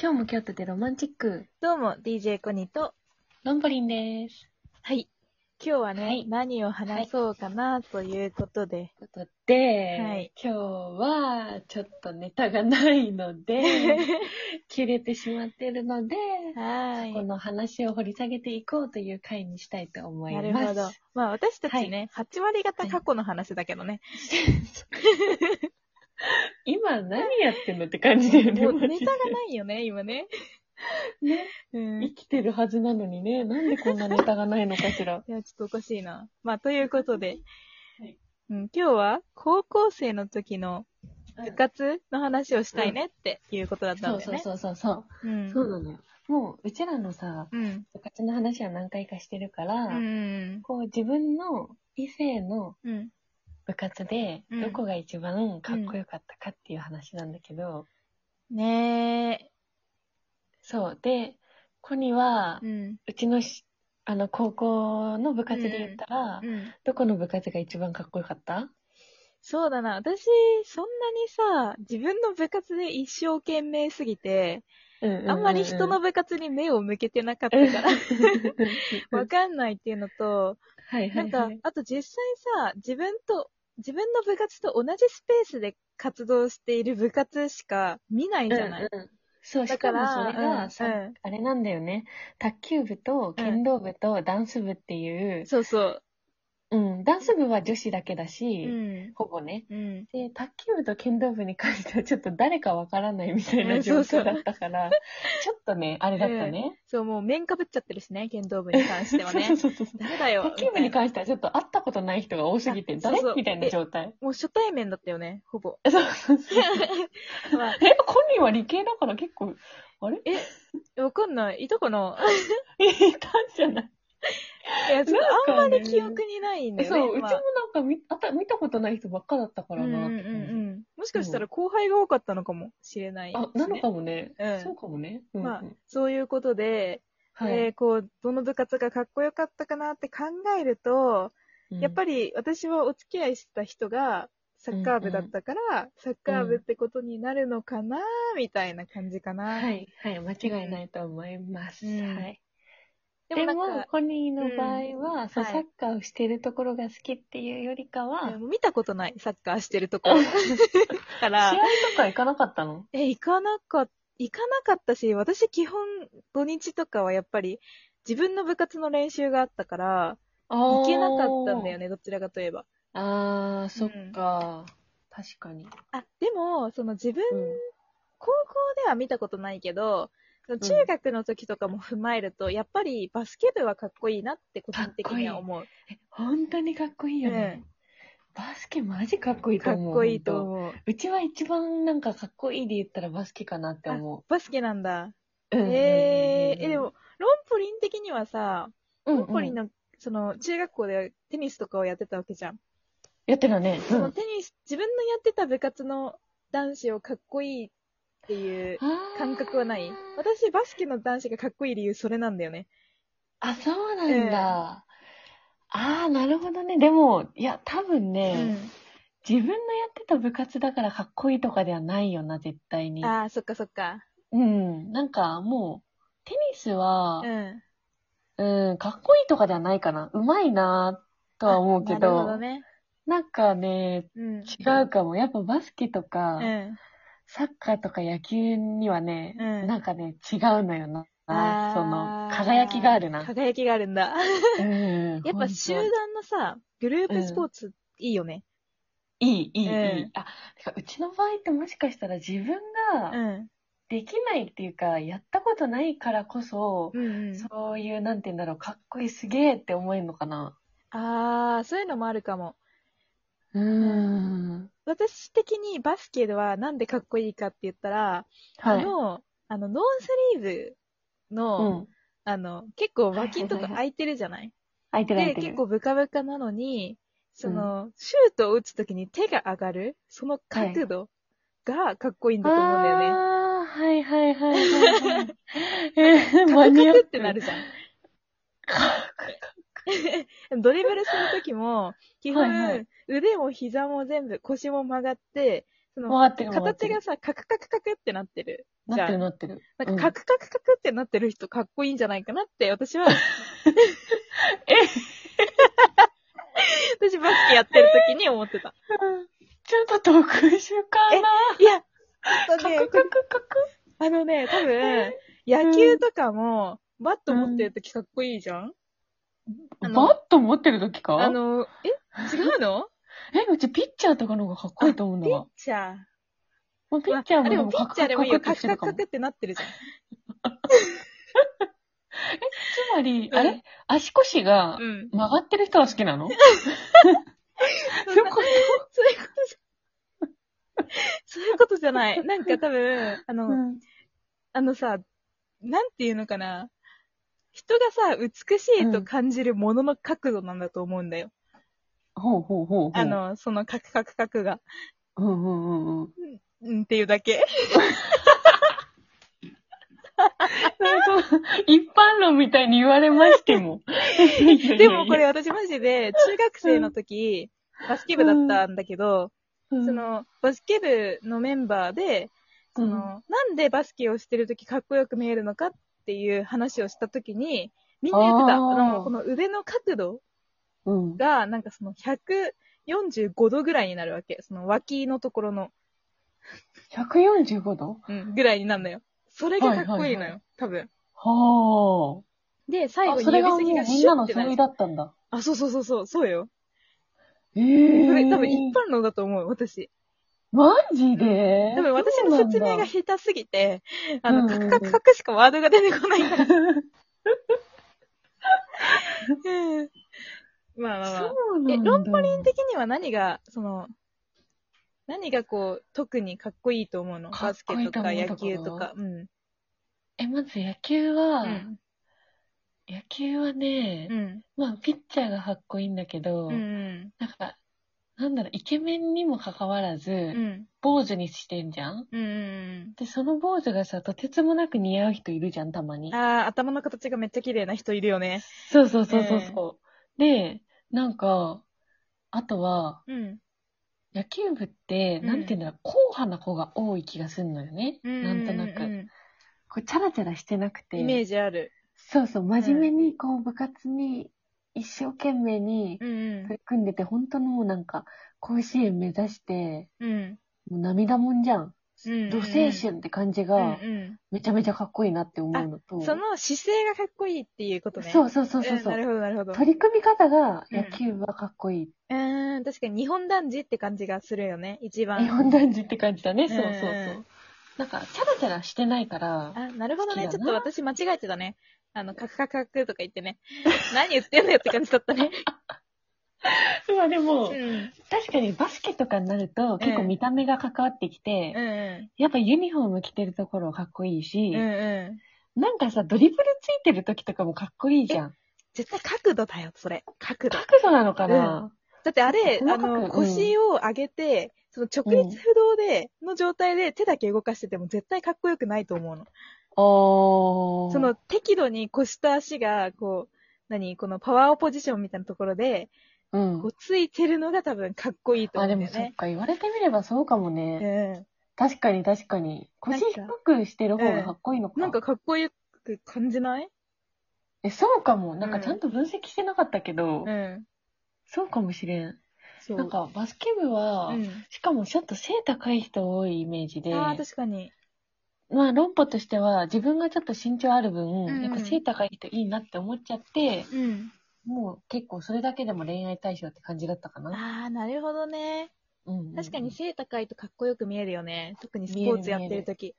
今日も今日っててロマンチック。どうも、DJ コニーと、ロンポリンです。はい。今日はね、はい何を話そうかなということで、ということで、はい今日はちょっとネタがないの で、切れてしまってるので、はーこの話を掘り下げていこうという回にしたいと思い。いなます。るほど。まあ私たちね、8割方はい過去の話だけどね。今何やってんのって感じだよね。もうマジネでタがないよね、今ね。 ねうん。生いきてるはずなのにね、なんでこんなネタがないのかし ら。や、ちょっとおかしいな。まあということで、はいうん、今日は高校生の時の部活の話をしたいねっていうことだったそんうそだようね。そうそうそう。うんそうなのよ。もう、うちらのさ、うん。部活の話は何回かしてるから、うん。こう自分の異性のうん。部活で、うんどこが一番かっこよかったかっていう話なんだけど、ねそう。で、コニはえ。う、ん。うちのし、あの、高校の部活で言ったら、うん。どこの部活が一番かっこよかったそうだな。私、そんなにさ、自分の部活で一生懸命すぎて、あんま り人の部部活に目を向けてなかった活から、 わかんないっていうのと、はいは、ないんはかい。、あと実際さ、自分と、自分の部活と同じスペースで活動している部活しか見ないじゃない、うんうんそう、だしかからもそれうんがさ、うんあれなんだよね。卓球部と剣道部とダンス部っていう、そうそう。うん、ダンス部は女子だけだうし、ん。ほぼね。うん。で、卓球部と剣道部に関してはちょっと誰かわからないみたいうんなそ状うそう況だったから、ちょっとね、あれだったね。そう、もう面かぶっちゃってるしね、剣道部に関しては そうね。そうそうそう。誰だよ。卓球部にみたいな関してはちょっと会ったことない人が多すぎて、あそう誰そうみたいな状態。もう初対面だったよね、ほぼ。そうそうそう。まあ、え、コニーは理系だから結構、あれいわかんない。いた かなたんじゃないいや、ちょっとなんかねあんまり記憶にないんだよね。そう、うちもまなあんか見あた見たことない人ばっかだったからな。うんうんうん。もしかしたら後輩が多かったのかもしれない、あ、なのかもね。うんそうかもね。うんうんまあ、そういうことで、はいえーこう、どの部活がかっこよかったかなって考えると、やっぱり、り私はお付き合いしてた人がサッカー部だったから、サッカー部ってことになるのかな、みたいな感じかな。はい、はい、間違いないと思います。うんはい。ででもなもんか、コニーの場合は、そう、はいサッカーをしてるところが好きっていうよりかは、えー見たことない、サッカーして るところ。試か合ら、とか行かなかったのえ、行かなか、行かなかったし、私基本土日とかはやっぱり自分の部活の練習があったから、行けなかったんだね。よね、どちらかといえば。あー、そっか。確かに。あ、でも、その自分、うん高校では見たことないけど、その中学の時とかも踏まえると、やっぱりバスケ部はかっこいいなって個人的には思う。え本当にかっこいいよね。バスケマジかっこいいとか思う。っこいいとう。思う。うちは一番なんかかっこいいで言ったらバスケかなって思バスケなんだ。う。うんうんうんうんえー、え、でも、ロンポリン的にはさ、うんロンポリうンんの、その、中学校でテニスとかをやってたわけじゃん。やってたね。うそのんテニス、自分のやってた部活の男子をかっこいいっていう感覚はないあー私、バスケの男子がかっこいい理由、それなんだよね。あ、そうなんだ。ああ、なるほどね。でも、いや、多分うね、自分のやってた部活だからかっこいいとかではないよな、絶対に。ああ、そっかそっか。うん。なんか、もう、テニスはう、ん。うん、かっこいいとかではないかな。うまいな、とは思うけあなるほど、どね。なんかね、うん。違うかも。やっぱバスケとか、うん。サッカーとか野球にはね、うんなんかね、違うのよな。あーその、輝きがあるな。輝きがあるんだ。うんやっぱ集団のさ、グループスポーツ、いいよね。いい、いい、うんいい。あ、てかうちの場合ってもしかしたら自分うがん。できないっていうか、やったことないからこそ、うん、うん。そういう、なんて言うんだろう、かっこいいすげえって思えるのかな。ああ、そういうのもあるかも。うーん。私的にバスケではなんでかっこいいかって言ったら、はい。あの、あの、ノースリーブの、うん。あの、結構脇とはいはいはかい空いてるじゃない空いてる空いで、てる。結構ブカブカなのに、その、シュートを打つときに手が上がる、その角度がかっこいいんだと思うんだよね。ああ、はいはいはいはい はい。えー、カマクニアカッククってなる。じゃカクカクん。 ドリブルするときも、基本、はいはい腕も膝も全部、腰も曲がって、そ曲がの、ってる曲がって形るがさ、カクカクカクってなってる。じなゃっあてるなってる。なんかカクカクカクってなってる人かっこいいんじゃないかなって、私 は。え私バスケやってる時に思ってた。ちょっと特殊かな。いや、カクカクカクあのね、多分、野球とかも、バット持ってる時かっこいいじゃん、あのバット持ってる時かあの、え違うのえ、うちピッチャーとかの方がかっこいいと思うんだピッわ。チャー。まあピッチャーあもででももピカックチャカクーでカもいいよ。クカカククしてるカかも。つクカクってなってるじゃん。 まり、うんあれ足腰がうん。曲がってる人は好きなのそう いうことそういうことじゃ、そういうことじゃない。なんか多分、あの、あのさ、なんていうのかな。人がさ、美しいと感じるものの角度なんだと思うんだよ。ほうほうほうほう。あ、の、そのカクカクカクが。うんうんうんうん。 うんっていうだけ。なんか一般論みたいに言われましても。 で もこれ私マジで、中学生の時、バスケ部だったんだけど、うん、その、バスケ部のメンバーで、その、なんでバスケをしてる時かっこよく見えるのかっていう話をした時に、みんな言ってた。ああーの、この腕の角度うん、が、なんかその145度ぐらいになるわけ。その脇のところの。 145度うん、ぐらいになるのよ。それがかっこいいのよ、はいはいは多分。はで、あ。最後あ、それ指がもう先みがんシなュッのてな相る違。だったんだ。あ、そうそうそうそう、そうよ。えそえれ多分一般論だと思う、私。マジで多分私の説明がそう下手すぎて、あの、うんカうんうクんカクカクしかワードが出て こないから。なんだうんまあまあまあ。そうなんだ。え、論破輪的には何が、その、何がこう、特にかっこいいと思うのかバっスこケいといとか思う野球ととこか。うん。え、まず野球うは、ん。野球はね、うん。まあ、ピッチャーがかっこいいんだけど、うん。なんか、なんだろう、イケメンにもかかわらず、うん。坊主にしてんじゃんうん。で、その坊主がさ、とてつもなく似合う人いるじゃん、たまに。ああ、頭の形がめっちゃ綺麗な人いるよね。そうそうそうそうそう、で、なんか、あとは、うん。野球部って、うんなんていうんだろう、硬派な子が多い気がするのよね。なんとなく。うんこう、チャラチャラしてなくて。イメージある。そうそう、真面目に、こう、部活に、一生懸命にうん取り組んでて、本当のもうなんか、甲子園目指して、うん。もう涙もんじゃん。うん。土青春って感じが、うんめちゃめちゃかっこいいなって思うのと。うん。その姿勢がかっこいいっていうことね。そううそうそうそうそんう。なるほど、なるほど。う取り組み方が野球はかっこいい。ーん、確かに日本男児って感じがするよね、一日番。本男児って感じだね。んそうそうそう。なんか、チャラチャラしてないから、あ、なるほどね。好ちきだょっなと私間違えてたね。あの、カクカクカクとか言ってね。 何言ってんのよって感じだったね。まあでもうん。うん確かにバスケとかになると、結構見た目が関わってきて、うやっぱユニフォーム着てるところかっこいいしん。うん、うん。なんかさ、ドリブルついてる時とかもかっこいいじゃん。絶対角度だよ、それ。角度。角度なのかな、だってあれ、あ細かくうの、ん腰を上げて、その直立不動で、の状態で手だけ動かしてても絶対かっこよくないと思うの。おー。その、適度に腰と足が、こう、何このパワーポジションみたいなところで、うんこう、。ついてるのが多分かっこいいとあ、思うでんだもよそっね。か、言われてみればそうかもね。う確かに確かに。腰なん低かくしてる方がかっこいいのか。ん。なんかかっこよく感じないえ、そうかも。なんうかんちゃんと分析してなかったけど、うん。そうかもしれん。そう。なんかバスケ部は、うん。しかもちょっと背高い人多いイメージで、ああ、確かに。まあ論破としては自分がちょっと身長ある分、うんやっぱ背高い人いいなって思っちゃって、うん。もう結構それだけでも恋愛対象って感じだったかな。ああ、なるほどね。うんうんうん確かに。背高いとかっこよく見えるよね。特にスポーツやってるとき。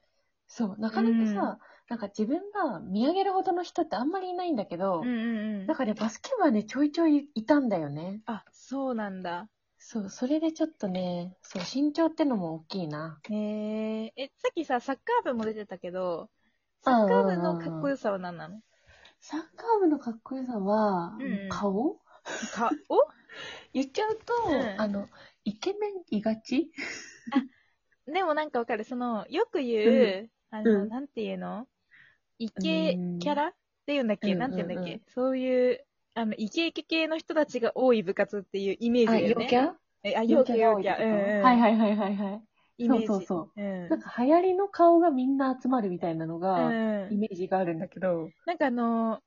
そう、なかなかさ、うんなんか自分が見上げるほどの人ってあんまりいないんだけど、うんうんうんだ。からね、バスケ部はね、ちょいちょいいたんだよね。あ、そうなんだ。そう、それでちょっとね、そう、身長ってのも大きいな。へえ。え、さっきさ、サッカー部も出てたけど、サッカー部のかっこよさは何なのサッカー部のかっこよさは、うん顔か、お言っちゃうと、うんあの、イケメンいがちでもなんかわかる。その、よく言う、あの、うんなんていうのイケうんキャラって言うんだっけ、うんなんて言うんだっけ、うんうんそういう、あの、イケイケ系の人たちが多い部活っていうイメージあ、だよ陽ね。キャえあ、陽陽キキャャ、が多陽いキとャ。かうんうん。はいはいはいはいはい。イメージ。。そうそうそううんなんか流行りの顔がみんな集まるみたいなのが、うイん、メージがあるんだけど。なんかあのー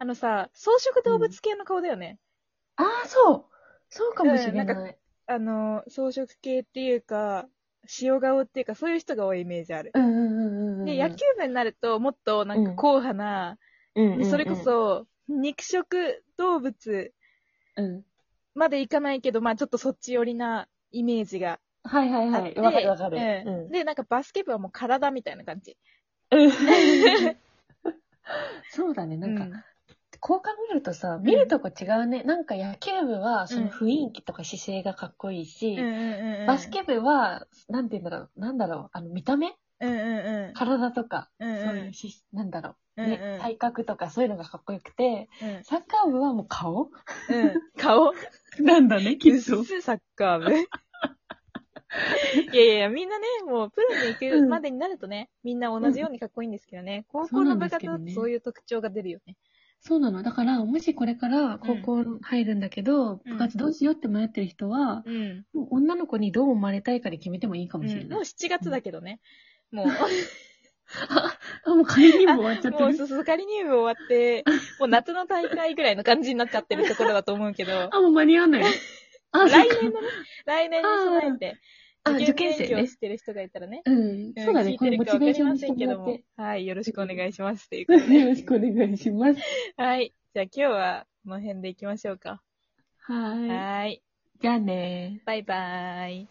あのさ、草食動物系の顔だよね。ああ、そうそうかもしれない。うんなんあのー草食系っていうか、塩顔っていうか、そういう人が多いイメージある。うんうんうんうん。で、野球部になると、もっとなんかうん硬派な、うんうんうん、それこそ、肉食動物うん。までいかないけど、まあちょっとそっち寄りなイメージがはいはいあはっい。て。わかるわかる。うんで、なんかバスケ部はもう体みたいな感じ。うん そうだね。なんか、こう考えるとさ、見るとこ違うね。なんか野球部は、その雰囲気とか姿勢がかっこいいし、うん、うんうんうん、バスケ部は、なんて言うんだろう、なんだろう、あの、見た目うんうんうん。体とか、うんうんそういうし、なんだろう、うんうんね体格とかそういうのがかっこよくて、うんサッカー部はもう顔 うん。顔なんだね、きうっすサッカー部。いやいやいや、みんなね、もうプロに行くまでになるとね、みんな同じようにかっこいいんですけどね、高校の部活だとそういう特徴が出るよね。そうなの。だから、もしこれから高校入るんだけど、うん部活どうしようって迷ってる人は、うん。もう女の子にどう思われたいかで決めてもいいかもしれうんない。もう7月だけどね。もう、あ、もう仮にも終わっちゃってもう、る。そうそう、仮入部終わって、もう夏の大会ぐらいの感じになっちゃってるところだと思うけど、あ、もう間に合わない。あ、そっ来か年のね、来年に備えて、あーあ受験生勉強ねしてる人がいたらね、うん。そうだん聞ね。いこれモてるかチわかベーショりンまにしせてんけもどらっもて。、はい、よろしくお願いしま すっていうことでよろしくお願いします。はい、じゃあ今日はこの辺で行きましょうか。ははーい。ーい。じゃあねー。バイバーイ。